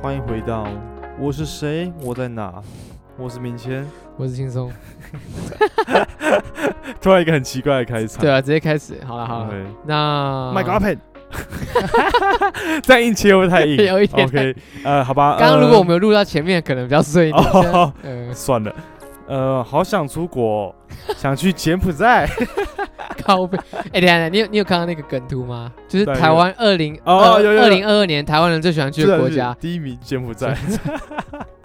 欢迎回到我是谁，我在哪？我是明谦。我是轻松。 突然一个很奇怪的开场。对啊，直接开始。好了好了， OK 那 My God, Pen！再硬切会太硬， 有一点 OK，呃，好吧。 刚刚呃如果我们有录到前面，可能比较顺一点。现在哦，嗯，算了，呃，好想出 国，想去柬埔寨。靠背。哎，等一下，等一下你有你有看到那个梗图吗？就是对台湾二零哦二有有有二零二二年台湾人最喜欢去的国居然家是。第一名柬埔 寨。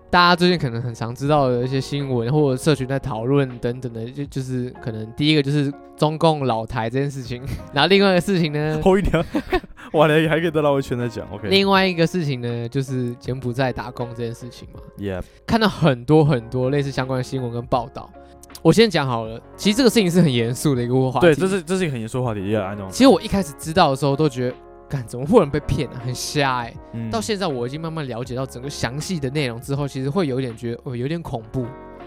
大家最近可能很常知道的一些新闻或者社群在讨论等等的，就就是可能第一个就是中共老台这件事情， 然后另外一个事情呢，后一条， 完了还可以再绕一圈再讲。OK，Yep，、另外一个事情呢就是柬埔寨打工这件事情嘛， Yep，看到很多很多类似相关的新闻跟报道。我先讲好了，其实这个事情是很严肃的一个话题。对，这是这是一个很严肃的话题，Yeah，I know。其实我一开始知道的时候都觉得，干怎么会有人被骗啊，很瞎哎、嗯到现在我已经慢慢了解到整个详细的内容之后，其实会有点觉得哦，有点恐怖，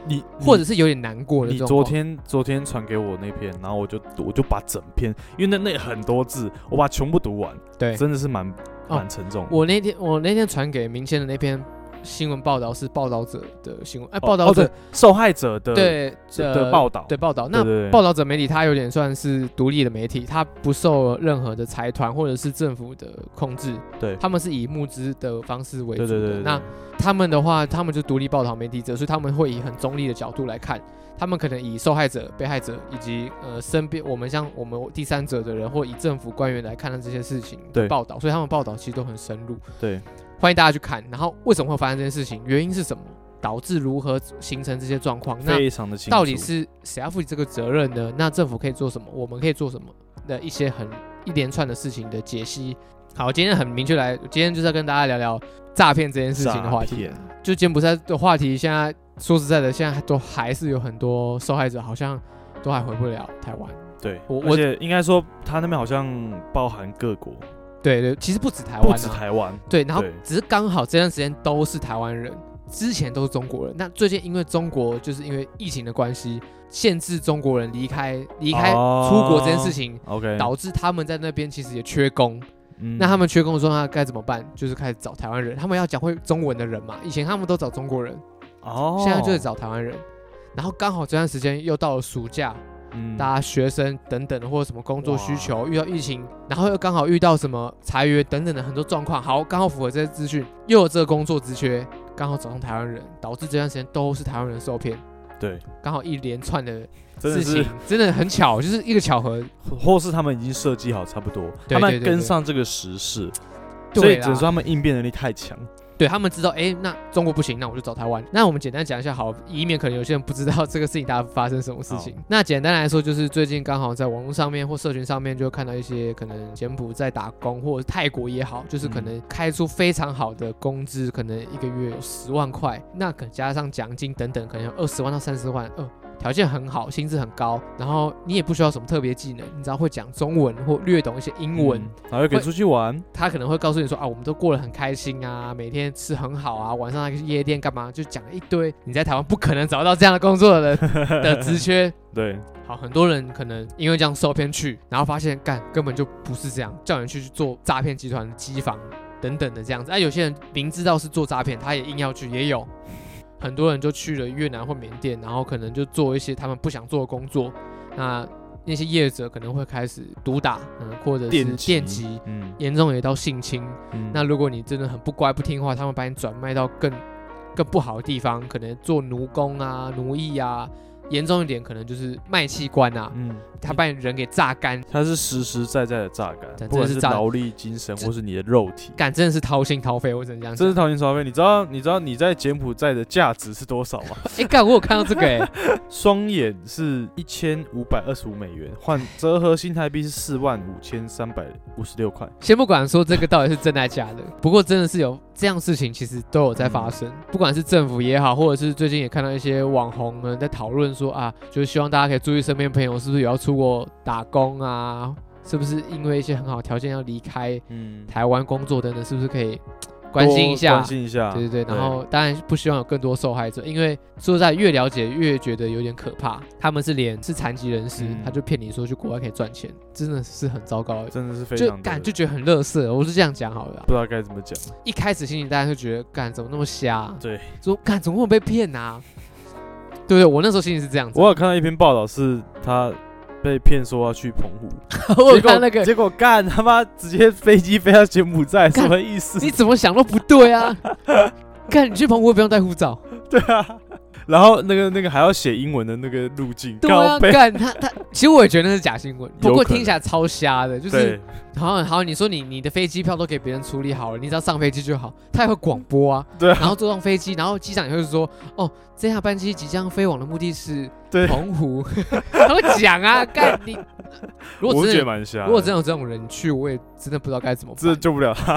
你或者是有点难过的嗯你这种。昨天昨天传给我那篇，然后我就我就把整篇，因为那那很多字，我把它全部读完，对，真的是蛮哦蛮沉重的。我那天我那天传给明谦的那篇新闻报道是报道者的新闻，哎、哦报道哦者、对受害者的对的呃的报道，对报道，对那对对报道者媒体它有点算是独立的媒体，它不受任何的财团或者是政府的控制，对他们是以募资的方式为主对的。对对，对那他们的话，他们就独立报道媒体者，所以他们会以很中立的角度来看，他们可能以受害者、被害者以及呃身边我们像我们第三者的人或以政府官员来看待这些事情对的报道，所以他们报道其实都很深入。对欢迎大家去看。然后为什么会发生这件事情？原因是什么？导致如何形成这些状况？那非常的清楚，到底是谁要负起这个责任呢？那政府可以做什么？我们可以做什么？的一些很一连串的事情的解析。好，今天很明确来，今天就是要跟大家聊聊诈骗这件事情的话诈题骗。就柬埔寨的话题，现在说实在的，现在都还是有很多受害者，好像都还回不了台湾。对，我而我且应该说他那边好像包含各国，对对，其实不止台湾、啊，不止台湾，对，然后对只是刚好这段时间都是台湾人，之前都是中国人。那最近因为中国就是因为疫情的关系，限制中国人离开离开哦出国这件事情， OK，导致他们在那边其实也缺工。嗯那他们缺工的状态该怎么办？就是开始找台湾人，他们要讲会中文的人嘛。以前他们都找中国人，哦，现在就是找台湾人。然后刚好这段时间又到了暑假，嗯大家学生等等的，或者什么工作需哇求遇到疫情，然后又刚好遇到什么裁员等等的很多状况，好，刚好符合这些资讯，又有这个工作职缺，刚好找上台湾人，导致这段时间都是台湾人受骗，对，刚好一连串的真的事是情，真的很巧，就是一个巧合，或或是他们已经设计好差不多，对他们对对跟对上这个时事，所以对只能说他啦，们应变能力太强。对他们知道，哎，那中国不行，那我就找台湾。那我们简单讲一下好，以免可能有些人不知道这个事情大家发生什么事情好。那简单来说，就是最近刚好在网络上面或社群上面就看到一些可能柬埔寨打工或者泰国也好，就是可能开出非常好的工资，可能一个月有十万块，那可能加上奖金等等，可能有二十万到三十万，呃。条件很好，薪资很高，然后你也不需要什么特别技能，你只要会讲中文或略懂一些英文，嗯，然后又可以会出去玩，他可能会告诉你说啊，我们都过得很开心啊，每天吃很好啊，晚上还去夜店干嘛？就讲了一堆你在台湾不可能找到这样的工作的 的职缺。对，好，很多人可能因为这样受骗去，然后发现干根本就不是这样，叫你去做诈骗集团的机房等等的这样子。哎、有些人明知道是做诈骗，他也硬要去，也有。很多人就去了越南或缅甸，然后可能就做一些他们不想做的工作。那那些业者可能会开始毒打，嗯，或者是电电击，嗯，严重也到性侵。嗯那如果你真的很不乖不听话，他们把你转卖到更更不好的地方，可能做奴工啊、奴役啊，严重一点可能就是卖器官啊，嗯，他把你人给榨干，它是实实在在的榨干，真不管的是是榨劳力、精神这或是你的肉体，干真的是掏心掏肺，我只能这样这讲 是。掏心掏肺。你知道你知道你在柬埔寨的价值是多少 吗？哎、干，我有看到这个哎、双眼是一千五百二十五美元，换折合新台币是四万五千三百五十六块。先不管说这个到底是真还假的， 不过真的是有这样事情，其实都有在发嗯生。不管是政府也好，或者是最近也看到一些网红们在讨论说啊，就是希望大家可以注意身边朋友是不是有要出国打工啊，是不是因为一些很好的条件要离开嗯，台湾工作等等，是不是可以关心一下关，心一下，对对对，然后当然不希望有更多受害者，因为说实在越了解越觉得有点可怕。他们是连是残疾人士，嗯他就骗你说去国外可以赚钱，真的是很糟糕的，真的是非就常的感就觉得很乐色。我是这样讲好了啊、不知道该怎么讲，一开始心里大家会觉得干怎么那么瞎、啊，对，说干怎么会被骗啊？对不对？我那时候心里是这样子，我有看到一篇报道是他被骗说要去澎湖， 我有结果看那个，结果干他妈直接飞机飞到柬埔寨，干什么意思？你怎么想都不对啊！看你去澎湖不用带 护照，对啊，然后那个那个还要写英文的那个路径，对啊，靠背干他他，其实我也觉得那是假新闻，不有过可能听起来超瞎的，就是 对，好像好，你说你你的飞机票都给别人处理好了，你只要上飞机就好。他也会广播啊，对啊然后坐上飞机，然后机长也会说，哦，这架班机即将飞往的目的是对澎湖，他会讲 啊，干你，如果我觉真得的。蛮瞎的。如果真的有这种人去，我也真的不知道该怎么办这。救不了他。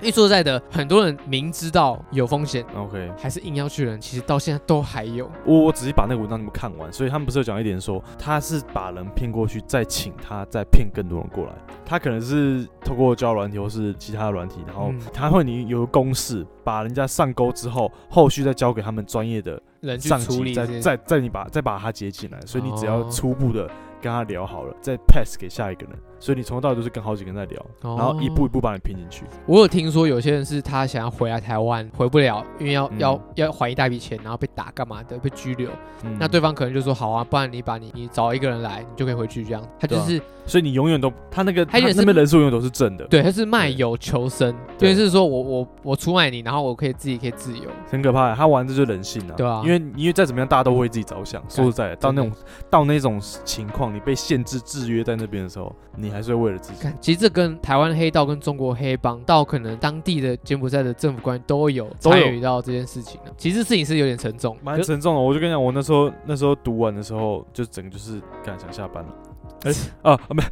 因为说实在的，很多人明知道有风险， OK，还是硬要去的人，其实到现在都还有。我我仔细把那个文章你们看完，所以他们不是有讲一点说，他是把人骗过去，再请他再骗更多人过来。他可能是透过交友软体或是其他的软体，然后嗯他会你有个公式，把人家上钩之后，后续再交给他们专业的人去上处级，理再这些再再你把再把他接进来。所以你只要哦初步的跟他聊好了，再 pass 给下一个人。所以你从头到尾都是跟好几个人在聊，哦然后一步一步把你骗进去。我有听说有些人是他想要回来台湾，回不了，因为要、嗯要要还一大笔钱，然后被打干嘛的，被拘留。嗯那对，方可能就说好啊，不然你把你你找一个人来，你就可以回去这样。他就对啊是所以你永远都他那个他他也是那边人数永远都是正的，对，他是卖对友求生，就对是说我我我出卖你，然后我可以自己可以自由。很可怕欸，他玩这就是人性啊。对啊因为因为再怎么样，大家都会为自己着想。说实在的，到那种到那种情况，你被限制制约在那边的时候，你还是会为了自己。看，其实这跟台湾黑道跟中国黑帮到可能当地的柬埔寨的政府官都有都有参与到这件事情、啊、其实事情是有点沉重，蛮可沉重的，我就跟你讲，我那时候那时候读完的时候，就整个就是干想下班了。 哎、啊，没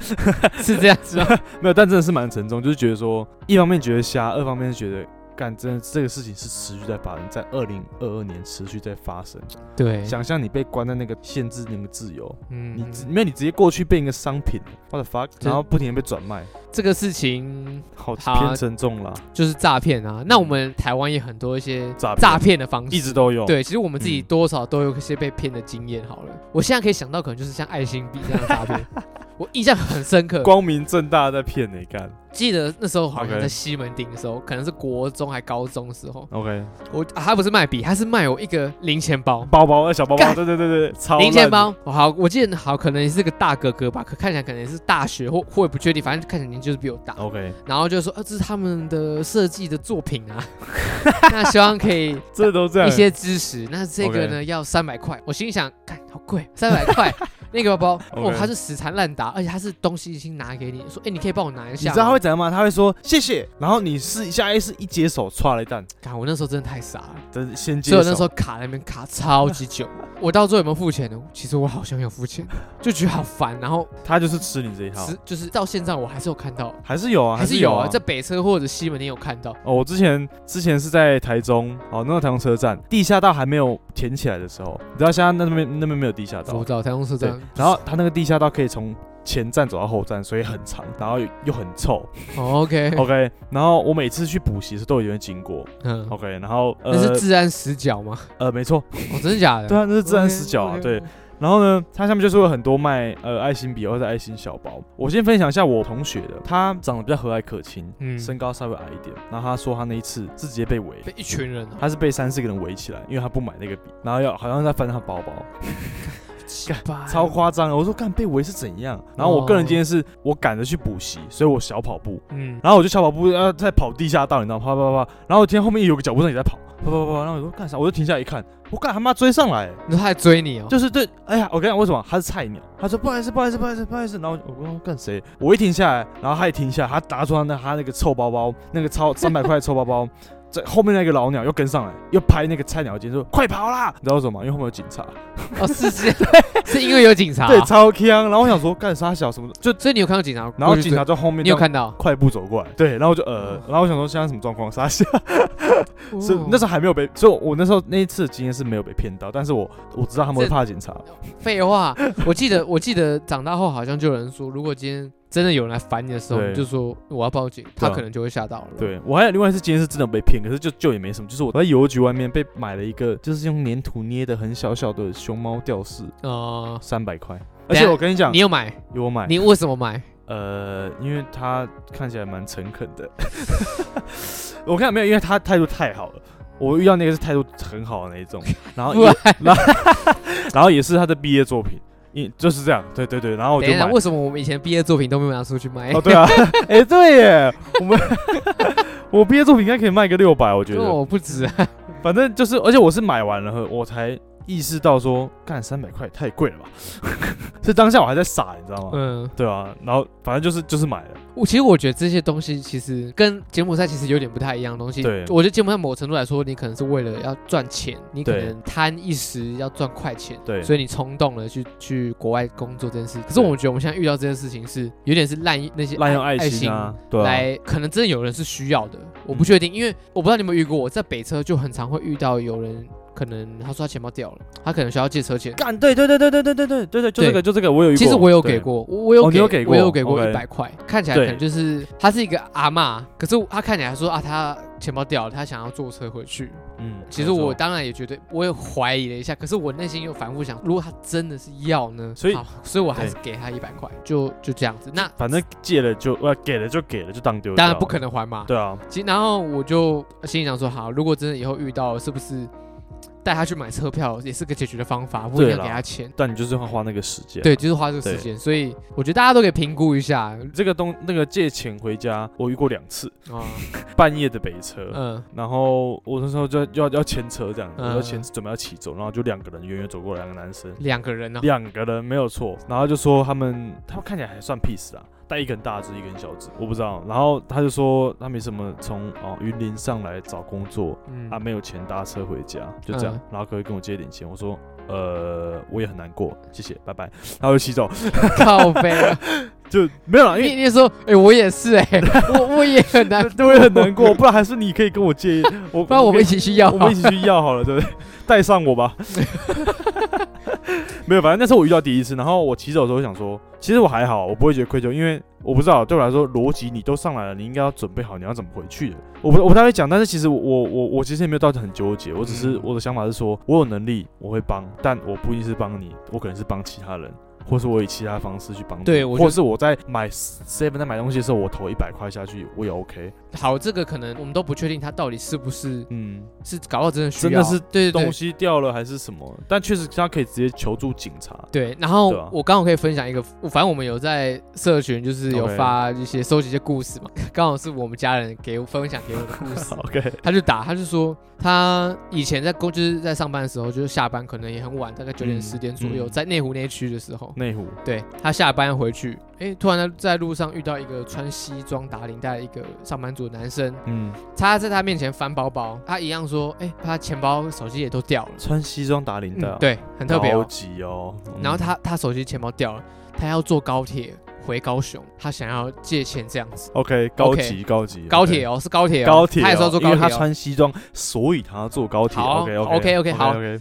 是这样子 啊吗？没有，但真的是蛮沉重，就是觉得说，一方面觉得瞎，二方面是觉得干，真的这个事情是持续在发生，在二零二二年持续在发生。对，想象你被关在那个限制那个自由，嗯你直没有你直接过去变一个商品，what the fuck，这然后不停的被转卖，这个事情好好啊偏沉重啦，就是诈骗啊。那我们台湾也很多一些诈骗诈骗的方式，一直都有。，对，其实我们自己嗯多少都有一些被骗的经验。好了，我现在可以想到，可能就是像爱心笔这样的诈 骗，我印象很深刻。光明正大地在骗你干记得那时候好像 OK 在西门町的时候，可能是国中还高中的时候， ，OK，我、啊、他不是卖笔，他是卖我一个零钱包。包包哎小包包，哦干对对对对，超零烂钱的，包，哦好，我记得好，可能是个大哥哥吧，可看起来可能是大学或或也不确定，反正看起来年纪就是比我大。 ，OK，然后就说，呃，这是他们的设计的作品啊， 那希望可以这都这样一，些知识。那这个 OK 呢要三百块，我心想，看好贵，三百块那个包包，哦， OK 它是死缠烂打，而且它是东西已经拿给你，说，哎，你可以帮我拿一你下吗。知道他会怎样吗？他会说谢谢，然后你试一下，一是一接手歘了一蛋，干，我那时候真的太傻了，真是先接所以手。我那时候卡在那边卡超级久。我到最后有没有付钱呢？其实我好像有付钱，就觉得好烦。然后他就是吃你这一套是，就是到现在我还是有看到，还是有啊，还是有有啊，在北车或者西门町有看到。哦，我之前之前是在台中，哦，那时候台中车站地下道还没有填起来的时候，你知道现在那边那边没有地下道我，知道台中车对站，，然后它那个地下道可以从前站走到后站，所以很长，然后又又很 臭。哦 OK， OK，然后我每次去补习的时候都有人经过。嗯， OK，然后呃那是治安死角吗？呃没错，哦，真的假的？ 对啊，那是自然 OK，死角啊。 OK，对， OK 然后呢，它下面就是会有很多卖呃爱心笔或者爱心小包。我先分享一下我同学的，他长得比较和蔼可亲，嗯身高稍微矮一点。然后他说他那一次是直接被围，被一群人哦他是被三四个人围起来，因为他不买那个笔，然后要好像在翻他包包，鸡巴超夸张的。我说干被围是怎样？然后我个人哎哦今天是我赶着去补习，所以我小跑步，嗯，然后我就小跑步要在跑地下道，你知道吗？啪啪啪啪，然后我听到后面有个脚步声也在跑，啪啪啪啪，然后我说干啥？我就停下来一看，我干他妈追上来、你说他还追你哦？就是对，哎呀，我跟你讲为什么？他是菜鸟，他说不好意思，不好意思，不好意思，不好意思。然后我我说干谁？我一停下来，然后他也停下来，他拿出他那他那个臭包包，那个 超三百块的臭包包，在后面那个老鸟又跟上来，又拍那个菜鸟肩说快跑啦！你知道为什么吗？因为后面有警察，哦，是是，是因为有警察 啊，对，超呛。然后我想说干啥小什么的，就所以你有看到警察过去追，然后警察在后面你这有样看哦到？快步走过来，对，然后我就呃，然后我想说现在什么状况？啥小？哦是那时候还没有被，所以我那时候那一次的经验是没有被骗到，但是我我知道他们会这怕警察，废话，我记得我记得长大后好像就有人说，如果今天真的有人来烦你的时候，对啊你就说我要报警，他可能就会吓到了。对我还有另外一次今天是真的被骗，可是就就也没什么，就是我在邮局外面被买了一个，就是用粘土捏的很小小的熊猫吊饰，哦啊、三百块。而等下且我跟你讲你，有买？有我买，你为什么买？呃，因为他看起来蛮诚恳的。 我看没有，因为他态度太好了。我遇到那个是态度很好的那一 种， 然后不也然然后也是他的毕业作品，因就是这样，对对对，然后我就等一买下，。为什么我们以前毕业作品都没有拿出去卖？哦， 对啊， 哎、对耶，我们 我毕业作品应该可以卖个六百，我觉因为得。我不止啊，反正就是，而且我是买完了，我才意识到说，干三百块也太贵了吧。 是当下我还在傻，你知道吗？嗯，对啊，然后反正就是就是买了，我其实我觉得这些东西其实跟柬埔寨其实有点不太一样的东西。对我觉得柬埔寨某程度来说，你可能是为了要赚钱，你可对能贪一时要赚快钱，对所以你冲动了去去国外工作这件事。可是对我觉得我们现在遇到这件事情是有点是滥那些滥用爱爱心啊，嗯对啊，来，可能真的有人是需要的，我不确定，因为我不知道你有没有遇过，我在北车就很常会遇到有人，可能他说他钱包掉了，他可能需要借车钱。干，对对对对对对对对对对，就对这个就这个，我有一其实我有给，过，我我哦有你给，有给我有过给过一 OK 百块，看起来可对能就是他是一个阿嬷，可是他看起来说啊，他钱包掉了，他想要坐车回去。对嗯，其实没错我当然也觉得，我也怀疑了一下，可是我内心又反复想，如果他真的是要呢？所以好，所以我还是给他一百块，就就这样子。那反正借了就呃给了就给了，就当丢，当然不可，能还嘛，对啊，其实然后我就心里想说，好，如果真的以后遇到了，是不是带他去买车票也是个解决的方法，不一定对要啦给他钱。但你就是要花那个时间，对，就是花这个时间，所以我觉得大家都可以评估一下啊、这个东那个借钱回家，我遇过两次，啊半夜的北车，嗯，然后我那时候就要要要牵车这样，我嗯要牵准备要骑走，然后就两个人远远走过来，两个男生，两个人呢、哦两个人没有错，然后就说他们他们看起来还算 peace 啊，带一根大只一根小只，我不知道，然后他就说他没什么从哦云林上来找工作，嗯啊没有钱搭车回家，就这样嗯，然后可不可以跟我借点钱，我说。呃，我也很难过，谢谢，拜拜。然后就骑走， 靠 背啊，就没有了，啊因为你你说，哎、我也是、 哎，我我也很难，我也很难过，，不然还是你可以跟我借，我 不然我跟们一起去 要我好，们一起去要好了， 对不对？带上我吧。没有，反正那是我遇到第一次，然后我骑走的时候想说，其实我还好，我不会觉得愧疚，因为我不知道对我来说逻辑你都上来了，你应该要准备好你要怎么回去的。我不我不太会讲，但是其实我我我我其实也没有到很纠结，我只是嗯我的想法是说，我有能力我会帮，但我不一定是帮你，我可能是帮其他人。或是我以其他方式去帮你，对我觉得或是我在买 seven 在买东西的时候，我投一百块下去，我也 OK。好，这个可能我们都不确定他到底是不是嗯，是搞到真的需真要，的是对对对东西掉了还是什么，但确实他可以直接求助警察。对，然后对啊我刚好可以分享一个，我反正我们有在社群，就是有 OK。发一些收集一些故事嘛， 刚好是我们家人给我分享给我的故事 OK， 他就打，他就说他以前在公就是在上班的时候，就是下班可能也很晚，大概九点嗯十点左右，嗯在内湖那区的时候，内湖，对他下班回去，哎，突然在路上遇到一个穿西装打领带的一个上班族的男生，嗯，他在他面前翻包包，他一样说，哎，他钱包、手机也都掉了，穿西装打领带、啊嗯，，对，很特别、哦高，级哦。嗯然后，他他手机钱包掉了，他要坐高铁回高雄，他想要借钱这样子。 OK，高级高级高铁哦，是高铁、哦，高铁哦，他也是要坐高因为铁、他哦。穿西装，所以他要坐高铁。好 OK OK，OK， OK 好 OK，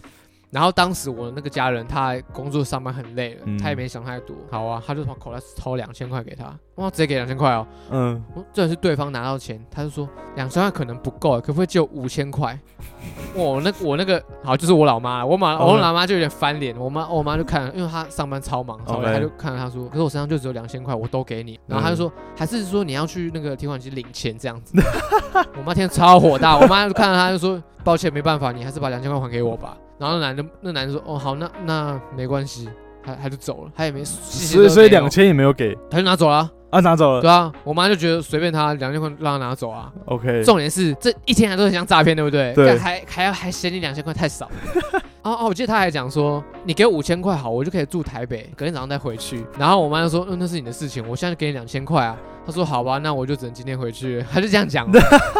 然后当时我那个家人，他工作上班很累了，嗯他也没想太多。好啊，他就从口袋掏两千块给他，哇，直接给两千块哦。嗯，我这是对方拿到钱，他就说两千块可能不够，欸可不可以借我五千块？ 我那我那个好，就是我老妈，我妈 OK 我老妈就有点翻脸，我妈我妈就看了，因为她上班超忙，超 OK 累，嗯她就看了她说，可是我身上就只有两千块，我都给你，然后她就说，还是说你要去那个提款机领钱这样子。 我妈天超火大，我妈就看了她就说，抱歉没办法，你还是把两千块还给我吧。然后那男的那男的说，哦好，那那没关系，他他就走了，他也没，所以所以两千千也没有给他就拿走了啊。啊，拿走了。哦 对啊，我妈就觉得随便他两千块让他拿走啊。 OK，重点是这一天还都很像诈骗，对不对？对但还还要还嫌你两千块太少。 哦哦，我记得他还讲说，你给我五千块好，我就可以住台北，隔天早上再回去。然后我妈就说，嗯，那是你的事情，我现在给你两千块啊。他说好吧，那我就只能今天回去了。他就这 样讲，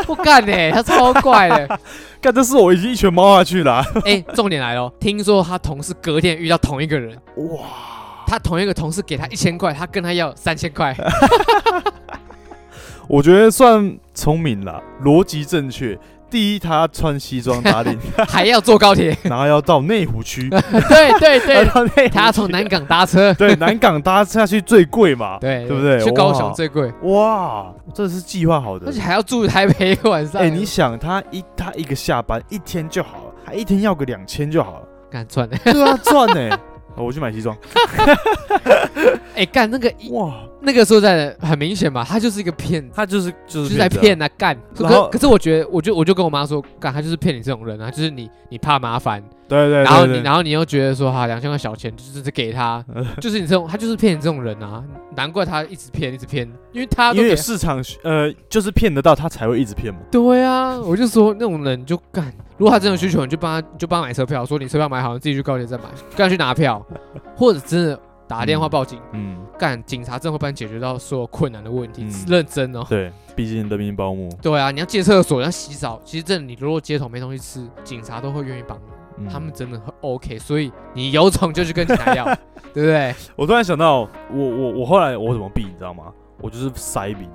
不干呢、他超怪的、干，这是我已经一拳猫下去了 啊。哎、重点来了，听说他同事隔天遇到同一个人，哇，他同一个同事给他一千块，他跟他要三千块。我觉得算聪明啦，逻辑正确。第一，他穿西装打领，还要坐高铁， 然后要到内湖区，对 对要对，到内湖他要区从南港 搭车，对南港搭下去最贵嘛，对对不对？去高雄哇最贵，哇，这是计划好的而。且还要住台北一个晚上。哎、你想他一他一个下班一天就好了，他一天要个两千就 好了，敢赚的？对啊，赚呢、 哦我去买西装，哎，干那个哇，那个说在的很明显嘛，他就是一个骗子。他就是就就是是在子啊骗啊，干！可然后可是我觉得，我就我就跟我妈说，干，他就是骗你这种人啊，就是你你怕麻烦，对对对然后你对然后你又觉得说，哈，两千块小钱就是给他， 就是你这种，他就是骗你这种人啊，难怪他一直骗一直骗，因为他都因为给有市场呃，就是骗得到他才会一直骗嘛。对啊，我就说那种人就干。如果他真有需求，你就帮他，你就帮他买车票，说你车票买好，你自己去高铁站买，干去拿票，或者真的打电话报警，嗯，干警察真的会帮你解决到所有困难的问题，嗯认真哦。对，毕竟人民保姆，对啊，你要借厕所，你要洗澡，其实真的你如果街头没东西吃，警察都会愿意帮你，嗯他们真的很 OK，所以你有种就去跟警察要， 对不对？我突然想到，我我我后来我怎么避，你知道吗？我就是塞鼻，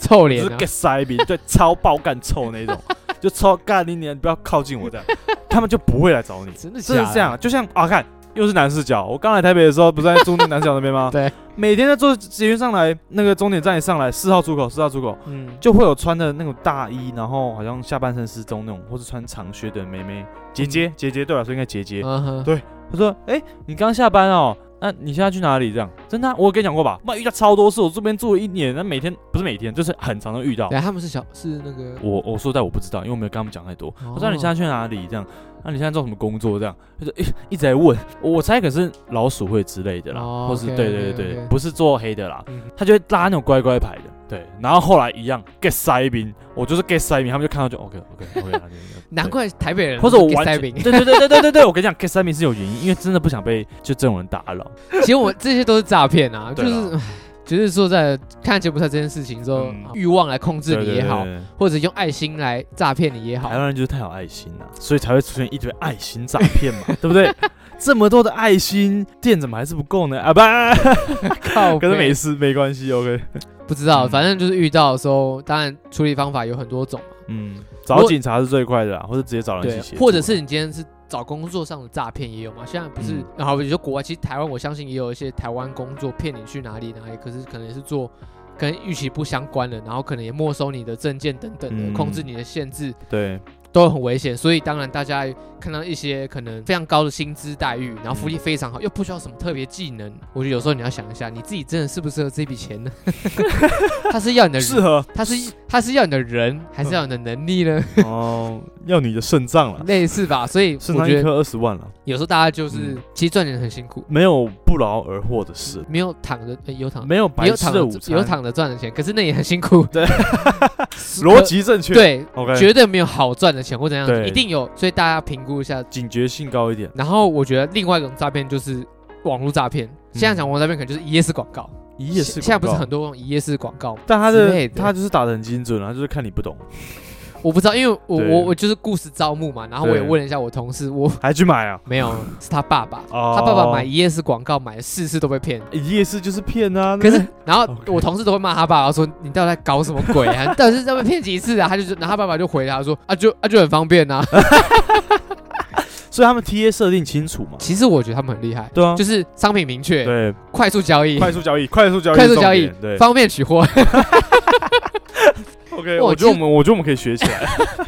臭就脸是啊给，塞鼻，对，超爆干臭那 种，就超干你脸，不要靠近我这样，他们就不会来找 你。真的真的假的是这样，就像啊，看又是南视角。我刚来台北的时候，不是在住那南视角那边吗？ 对，每天在坐捷运上来，那个终点站一上来，四号出口，四号出口嗯，就会有穿的那种大衣，然后好像下半身失踪那种，或是穿长靴的妹妹，姐姐，姐姐对我来说应该姐姐。嗯哼对她说：“哎、你刚下班哦。”那你现在去哪里？这样真的啊、我有跟你讲过吧？妈遇到超多次，我这边住了一年，那每天不是每天，就是很常的遇到对。啊，他们是小是那个我我说在我不知道，因为我没有跟他们讲太多。哦我知道你现在去哪里这样，那、你现在做什么工作这样，就是一一直在问。我我猜可是老鼠会之类的啦，哦或是 OK，对对对 OK，对 OK 不是做黑的啦，嗯他就会拉那种乖乖牌的。对，然后后来一样 get 塞宾，我就是 get 塞宾，他们就看到就 OK OK OK，难。对怪台北人或者我都是完 gay 塞全饼对对对对对对对，我跟你讲，get 塞宾是有原因，因为真的不想被就这种人打扰。 其实我这些都是诈骗啊，就对啦是唉就是说在看柬埔寨这件事情之后，嗯啊欲望来控制对你对也对好，对对哎或者用爱心来诈骗你也好台，湾人就是太有爱心了、所以才会出现一堆爱心诈骗 嘛，对不对？这么多的爱心店怎么还是不够呢？啊 不，靠可是没背事，没关系，OK。不知道，嗯反正就是遇到的时候，当然处理方法有很多种嘛，嗯，如找果警察是最快的啊啦，或者直接找人对啊去协，助或者是你今天是。找工作上的诈骗也有嘛？现在不是嗯，然后比如说国外，其实台湾我相信也有一些台湾工作骗你去哪里哪里，可是可能也是做跟预期不相关的，然后可能也没收你的证件等等的，嗯控制你的限制，对，都很危险，所以当然大家看到一些可能非常高的薪资待遇，然后福利非常好，又不需要什么特别技能，我觉得有时候你要想一下，你自己真的适不适合这笔 钱呢？他是要你的人，适合他是他是要你的人，还是要你的能力呢？哦，要你的肾脏 了，类似吧，所以肾我脏觉一得颗二十万了，有时候大家就是、嗯其实赚钱很辛苦，没有不劳而获的事，没有躺着、呃有躺没有也白有吃躺的着午餐，有躺着赚的钱，可是那也很辛苦。对 可逻辑正确，对 OK 绝对没有好赚的钱或怎样子，对一定有，所以大家评估一下警觉性高一点，然后我觉得另外一种诈骗就是网络诈骗。现在讲网络诈骗，可能就是一页式广告。嗯一夜是现在不是广告很，多用一页式广告，但他之类的的他就是打的很精准啊，就是看你不懂，我不知道，因为我对我我就是故事招募嘛，然后我也对问了一下我同事，我。还去买啊没有，是他爸爸，哦嗯他爸爸买一页式广告买了四次都被骗。一夜市就是骗啊，可是，然后 OK 我同事都会骂他爸爸说：“你到底在搞什么鬼啊？你到底是在被骗几次啊？”他就，然后他爸爸就回答说：“啊，就啊就很方便 啊。所以他们 TA 设定清楚嘛”，其实我觉得他们很厉害，对啊，就是商品明确，对，快速交易，快速交易，快速交易，快速交易，对方便取货。 ，OK，哇我觉得我其们我觉得我们可以学起来，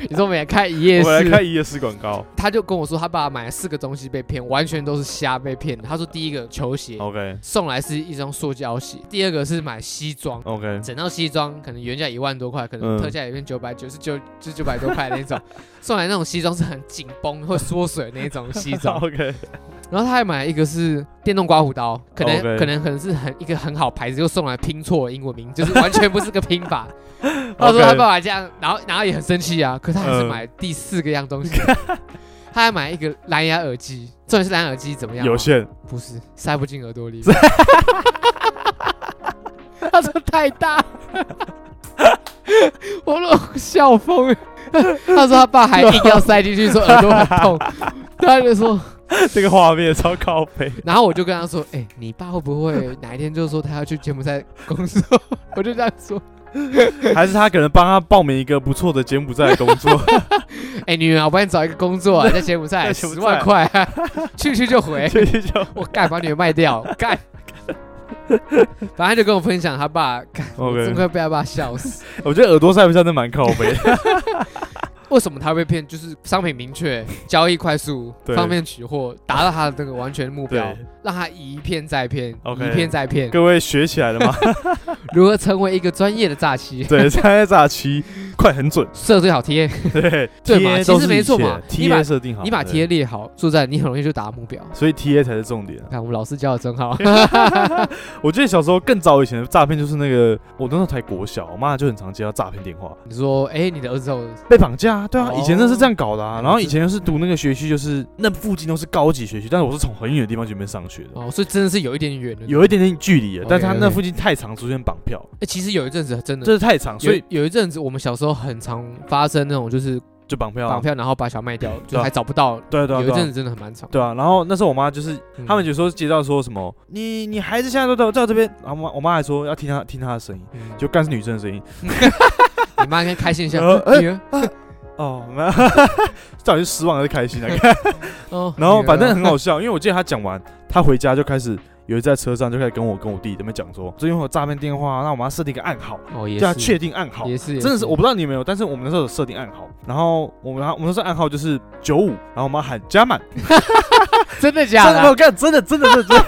你说我们也开一页我来式，开一夜市广告他就跟我说，他爸爸买了四个东西被骗，完全都是瞎被骗的。他说第一个球鞋，OK。送来是一双塑胶鞋，第二个是买西装， OK，整套西装可能原价一万多块，可能嗯特价也变九百九十九，就九百多块那种。送来那种西装是很紧绷、会缩水那种西装。 OK，然后他还买了一个是电动刮胡刀，可能哦 OK 可能可能是很一个很好牌子，又送来拼错英文名，就是完全不是个拼 法。他说他爸爸这样，然后然后也很生气啊，可他还是嗯买第四个样东西，他还买一个蓝牙耳机，重点是蓝牙耳机怎么样吗？有线，不是塞不进耳朵里。他说太大， 我都笑疯了。他说他爸还硬要塞进去，说耳朵很痛。他就说， 这个画面超靠 背。然后我就跟 他说，哎、你爸会不会哪一天就说他要去柬埔寨工作？我就这样说，还是他可能帮他报名一个不错的柬埔寨的工 作，哎、女人啊，我帮你找一个工作、啊，在柬埔寨在柬埔十寨万块、啊 去去就回。所以就我干，把女儿卖掉，干。反正他就跟我分享他爸，干，我 OK 真快被他爸笑死。我觉得耳朵塞不下，真的蛮靠背。 为什么他会被骗？就是商品明确，交易快速， 对方便取货，达到他的那个完全目标对，让他一骗再骗 OK 一骗再骗。各位学起来 了吗？如何成为一个专业的诈欺？ 对，猜猜诈欺，快很准。设最好贴，对，对嘛 TA 其都实是没一错切嘛你把，TA 设定好，你把对贴列好，坐在你很容易就达到目标。所以 TA 才是重点啊。看我们老师教的 真好，我记得小时候更早以前的诈骗就是那个，我那时候才国小，我妈就很常接到诈骗电话，你说，哎、你的儿子有被绑架啊，对啊，哦以前那是这样搞的啊。嗯然后这以前是读那个学区，就是那附近都是高级学区，但是我是从很远的地方去那边上学的，哦，所以真的是有一点远的。有一点点距离的啊 OK，但是他那 OK 附近太常出现绑票，哎、其实有一阵子真的，这是太长，所所以以有一阵子我们小时候很常发生那种就是就绑票绑啊。票，然后把小卖掉，就对啊还找不到。对啊对啊有一对阵啊子真的很蛮长。对啊。然后那时候我妈就是，嗯他们有时候接到说什么，你你孩子现在都在我在我这边，然后我妈我妈还说要听她听她的声音，嗯就干是女生的声音你妈应该开心一下，呃哎女儿哦， 没有到底是失望还是开心啊？哦，然后反正女很儿好笑，因为我记得他讲完，他回家就开始有一次在车上就开始跟我跟我弟在那边讲说，最近会有诈骗电话，那我们要设定一个暗号，哦也叫他是啊确定暗号。也是也真的是我不知道你有没有，但是我们那时候有设定暗号，然后我们我们那时候暗号就是九五，然后我们喊加满，真的真假的没有的？干，真的真的真的，真的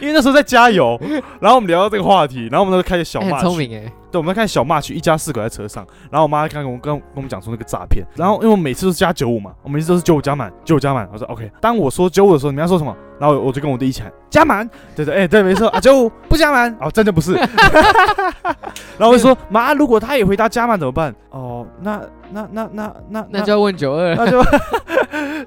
因为那时候在加油，然后我们聊到这个话题，然后我们那时候开始小哎骂很聪去，明哎，对，我们在看小骂去一家四口在车上，然后我妈刚跟我跟我跟我们讲说那个诈骗，然后因为我每次都是加九五嘛，我每次都是九五加满，九五加满，我说 OK。当我说九五的时候，你们要说什么？然后我就跟我弟一起喊加满，对对，哎、对，没错啊，九五不加满，哦，这就不是。然后我就说妈，如果他也回答加满怎么办？哦，那那那那那那就要问九二。那就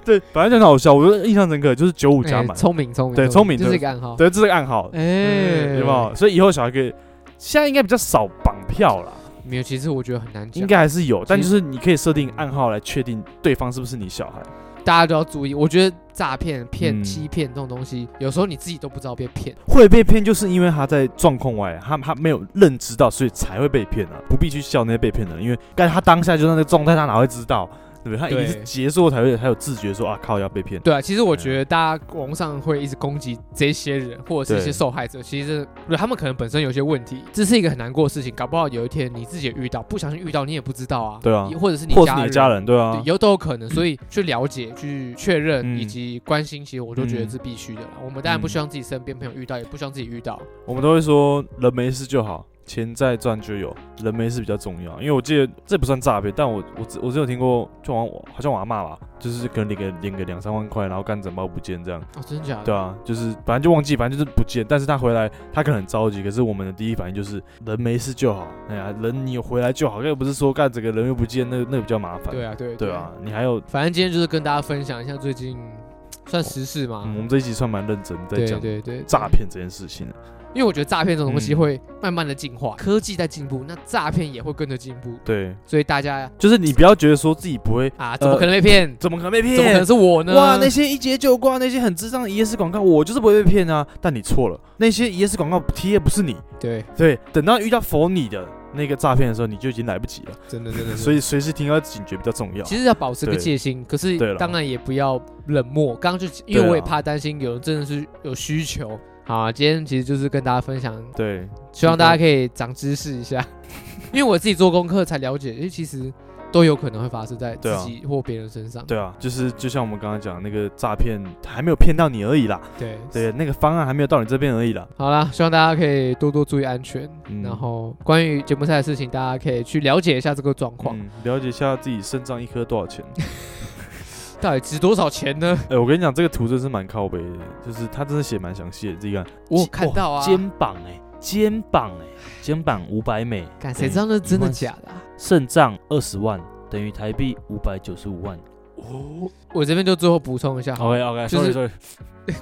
对，反正就很好笑，我就印象深刻，就是九五加哎满，聪明聪明，对聪明就是对一个暗号。对，这是个暗号，哎、嗯有没有？所以以后小孩可以，现在应该比较少绑票了。没有，其实我觉得很难讲应，该还是有，但其就实是你可以设定暗号来确定对方是不是你小孩。大家都要注意。我觉得诈骗、骗、嗯欺骗这种东西，有时候你自己都不知道被骗。会被骗就是因为他在状况外，他他没有认知到，所以才会被骗啊！不必去笑那些被骗的人，因为但他当下就在那个状态，他哪会知道？对不对？他一定对是结束后才会才有自觉说啊靠，要被骗。对啊，其实我觉得大家网上会一直攻击这些人或者是一些对受害者，其实他们可能本身有些问题，这是一个很难过的事情。搞不好有一天你自己也遇到，不小心遇到你也不知道啊，对啊或者是你或是家你的人。家人，对啊对，，有都有可能，所以去了解、去确认嗯以及关心，其实我都觉得嗯是必须的啦。我们当然不嗯希望自己身边朋友遇到，也不希望自己遇到。我们都会说人没事就好，钱再赚就有，人没事比较重要。因为我记得这不算诈骗，但我我只我只有听过，就好像我好像我阿妈吧，就是可能领个领个两三万块，然后干整包不见这样。哦，真的假的？对啊，就是反正就忘记，反正就是不见。但是他回来，他可能很着急。可是我们的第一反应就是人没事就好。哎呀，人你有回来就好，又不是说干整个人又不见，那那个比较麻烦。对啊，对对啊，你还有、反正今天就是跟大家分享一下最近算时事嘛，嗯我们这一集算蛮认真在对讲对对，诈骗这件事情的。因为我觉得诈骗这种东西嗯会慢慢的进化，科技在进步，那诈骗也会跟着进步，对，所以大家就是你不要觉得说自己不会，啊，怎么可能被骗？怎么可能呃被骗？怎么可能是我呢？哇，那些一接就挂，那些很智障的一页式广告，我就是不会被骗啊！但你错了，那些一页式广告贴不是你。对，对，等到遇到否你的那个诈骗的时候，你就已经来不及了。真的真的，所以以随时提高警觉比较重要。其实要保持个对戒心，可是对了当然也不要冷漠。刚刚就因为对我也啊怕担心有人真的是有需求。好啊，今天其实就是跟大家分享，对，希望大家可以长知识 一下，因为我自己做功课才了解，诶，其实都有可能会发生在对自啊己或别人身上。对啊，就是就像我们刚刚讲的那个诈骗，还没有骗到你而已啦。对对，那个方案还没有到你这边而已啦。好啦，希望大家可以多多注意安全。嗯然后关于柬埔寨的事情，大家可以去了解一下这个状况、嗯，了解一下自己肾脏一颗多少钱。到底值多少钱呢？哎、我跟你讲，这个图真是蛮靠背的，就是他真的写蛮详细的。这个我有看到啊，肩膀哎、欸肩膀哎、肩膀五百美，干谁知道那是真的假的啊、肾脏二十万，等于台币五百九十五万。哦我这边就最后补充一下好了啊 OK OK，就是 sorry，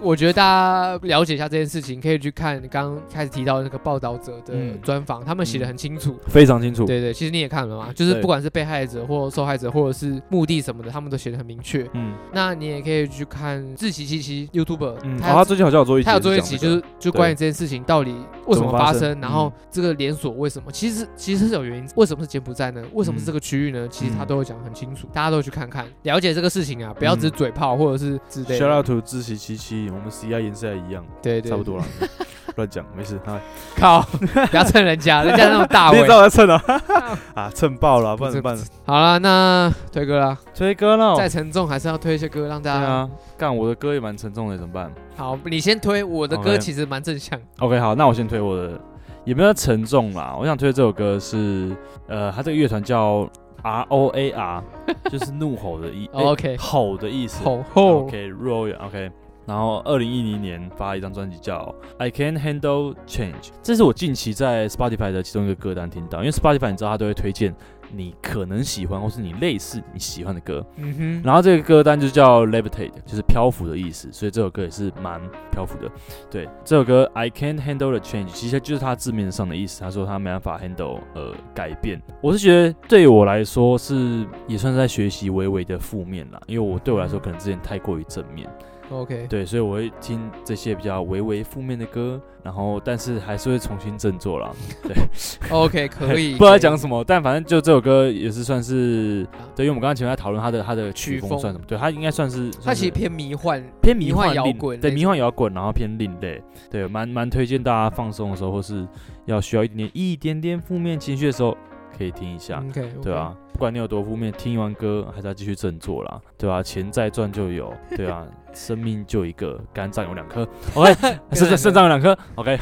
我觉得大家了解一下这件事情，可以去看刚刚开始提到的那个报道者的嗯专访，他们写的嗯很清楚。非常清楚。对对，其实你也看了嘛，就是对不管是被害者或受害者，或者是目的什么的，他们都写的很明确。嗯那你也可以去看志奇七七 YouTuber，、嗯，他好，他最近好像有做一集，他有做一集，就是就关于这件事情到底为什么发怎么发生然后嗯这个连锁为什么？其实其实是有原因，为什么是柬埔寨呢？为什么是嗯这个区域呢？其实他嗯都有讲得很清楚，大家都去看看，了解这个事情啊，不要只是嘴炮或者是之类 Shout 的。 out to 自习七七，我们 CI 颜色一样，对对，差不多了。 了，乱讲没事。啊靠，不要蹭人家，人家那种大 你也尾知。道我在蹭啊， 啊，蹭爆了，不不然是怎么办？好了，那推歌啦，推歌呢？再沉重还是要推一些歌让哦对大家。啊，干我的歌也蛮沉重的，怎么办好，你先推我的歌， OK 其实蛮正向。 ？OK，好，那我先推我的，也没有沉重啦。我想推这首歌是，呃，他这个乐团叫 R O A R，就是 怒吼的意哦 OK 诶吼的意思。吼吼， OK，Roy OK。然后，二零一零年发了一张专辑叫《I Can Handle Change》，这是我近期在 Spotify 的其中一个歌单听到。因为 Spotify 你知道，它都会推荐你可能喜欢或是你类似你喜欢的歌。嗯哼，然后这个歌单就叫 Levitate，就是漂浮的意思，所以这首歌也是蛮漂浮的。对，这首歌 I Can't Handle the Change，其实就是它字面上的意思。他说他没办法 handle 呃改变。我是觉得对我来说是也算是在学习微微的负面啦，因为我对我来说可能之前太过于正面， ，OK，对，所以我会听这些比较微微负面的歌，然后但是还是会重新振作啦。 ，OK，可以。不知道在可以讲什么，但反正就这首歌也是算是啊。对，因为我们刚刚前面在讨论它的它的曲曲风风算什么？对，它应该算是它算是其实偏迷幻，偏迷迷幻幻摇另滚对那迷种幻摇滚，然后偏另类，对，蛮蛮推荐大家放松的时候，或是要需要一点点一点点负面情绪的时候，可以听一下，嗯 OK，对啊，不管你有多负面，听完歌还是要继续振作啦，对啊，钱再赚就有，对 啊，生命就一个，肝脏有两颗，OK，肾脏肾脏有两颗，OK，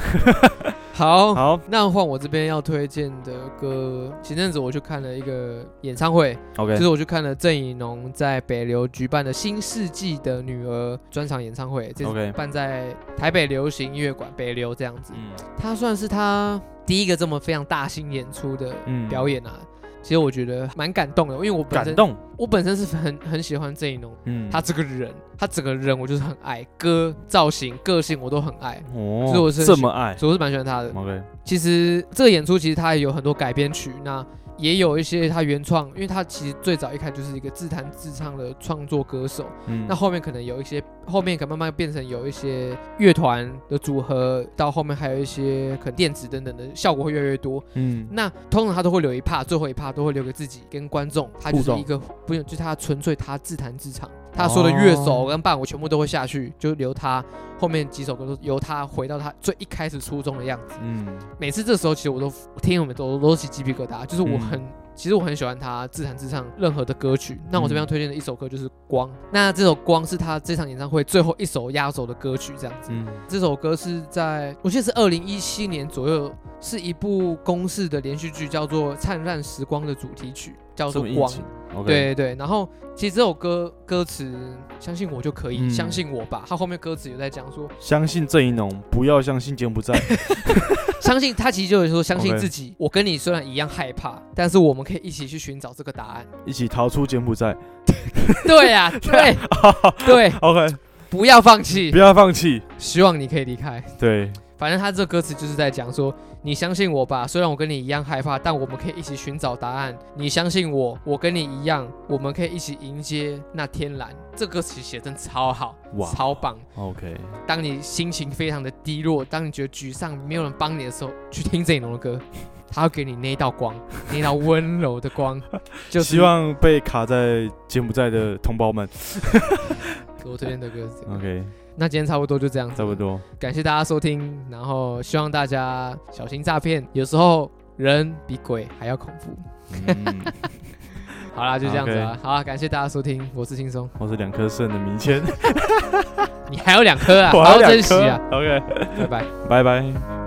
好，好那换我这边要推荐的歌，前阵子我去看了一个演唱会， ，OK，就是我去看了郑怡农在北流举办的《新世纪的女儿》专场演唱会，这次 OK 办在台北流行音乐馆北流这样子，嗯它算是他第一个这么非常大型演出的嗯表演啊。其实我觉得蛮感动的，因为我本感身动，我本身是很很喜欢郑怡农，嗯，他这个人，他整个人我就是很爱，歌、造型、个性我都很爱，哦，所以我是很这喜么爱所以我是蛮喜欢他的。 ，OK，其实这个演出其实它也有很多改编曲，那也有一些它原创，因为它其实最早一开始就是一个自弹自唱的创作歌手，嗯那后面可能有一些，后面可能慢慢变成有一些乐团的组合，到后面还有一些可能电子等等的效果会越来越多。嗯那通常他都会留一帕，最后一帕都会留给自己跟观众，他就互是动一个不用，就是他纯粹他自弹自唱，他所有的乐手跟伴我全部都会下去，就留他后面几首歌都由他回到他最一开始初衷的样子。嗯每次这时候，其实我都我听我们都都起鸡皮疙瘩，就是嗯我很。其实我很喜欢他自弹自唱任何的歌曲。那我这边要推荐的一首歌就是《光》，嗯那这首《光》是他这场演唱会最后一首压轴的歌曲，这样子。嗯这首歌是在我记得是二零一七年左右，是一部公式的连续剧，叫做《灿烂时光》的主题曲，叫这做么《应光》。景，OK，对对，然后其实这首歌歌词，相信我就可以，嗯相信我吧。他后面歌词有在讲说，相信郑一农，不要相信柬埔 寨。相信他其实就是说，相信 OK 自己。我跟你虽然一样害怕，但是我们可以一起去寻找这个答 案。一起逃出柬埔 寨。对呀、 对对， OK，不要放弃不，要放弃。希望你可以离开。对，反正他这歌词就是在讲说，你相信我吧，虽然我跟你一样害怕，但我们可以一起寻找答案。你相信我，我跟你一样，我们可以一起迎接那天蓝。这歌词写得真超好，哇超棒。 ，OK，当你心情非常的低落，当你觉得沮丧，没有人帮你的时候，去听郑颖龙的 歌，他会给你那一道光，那一道温柔的 光，就是希望被卡在柬埔寨的同胞们。我推荐的歌是这 个。OK，那今天差不多就这样子，差不。多。感谢大家收听，然后希望大家小心诈骗，有时候人比鬼还要恐怖。嗯， 好啦，就这样子啦。好啊，感谢大家收听，我是轻松，我是两颗肾的明 谦，你还有两颗啊，好我还好有两珍惜颗啊，。 OK，拜拜。拜拜。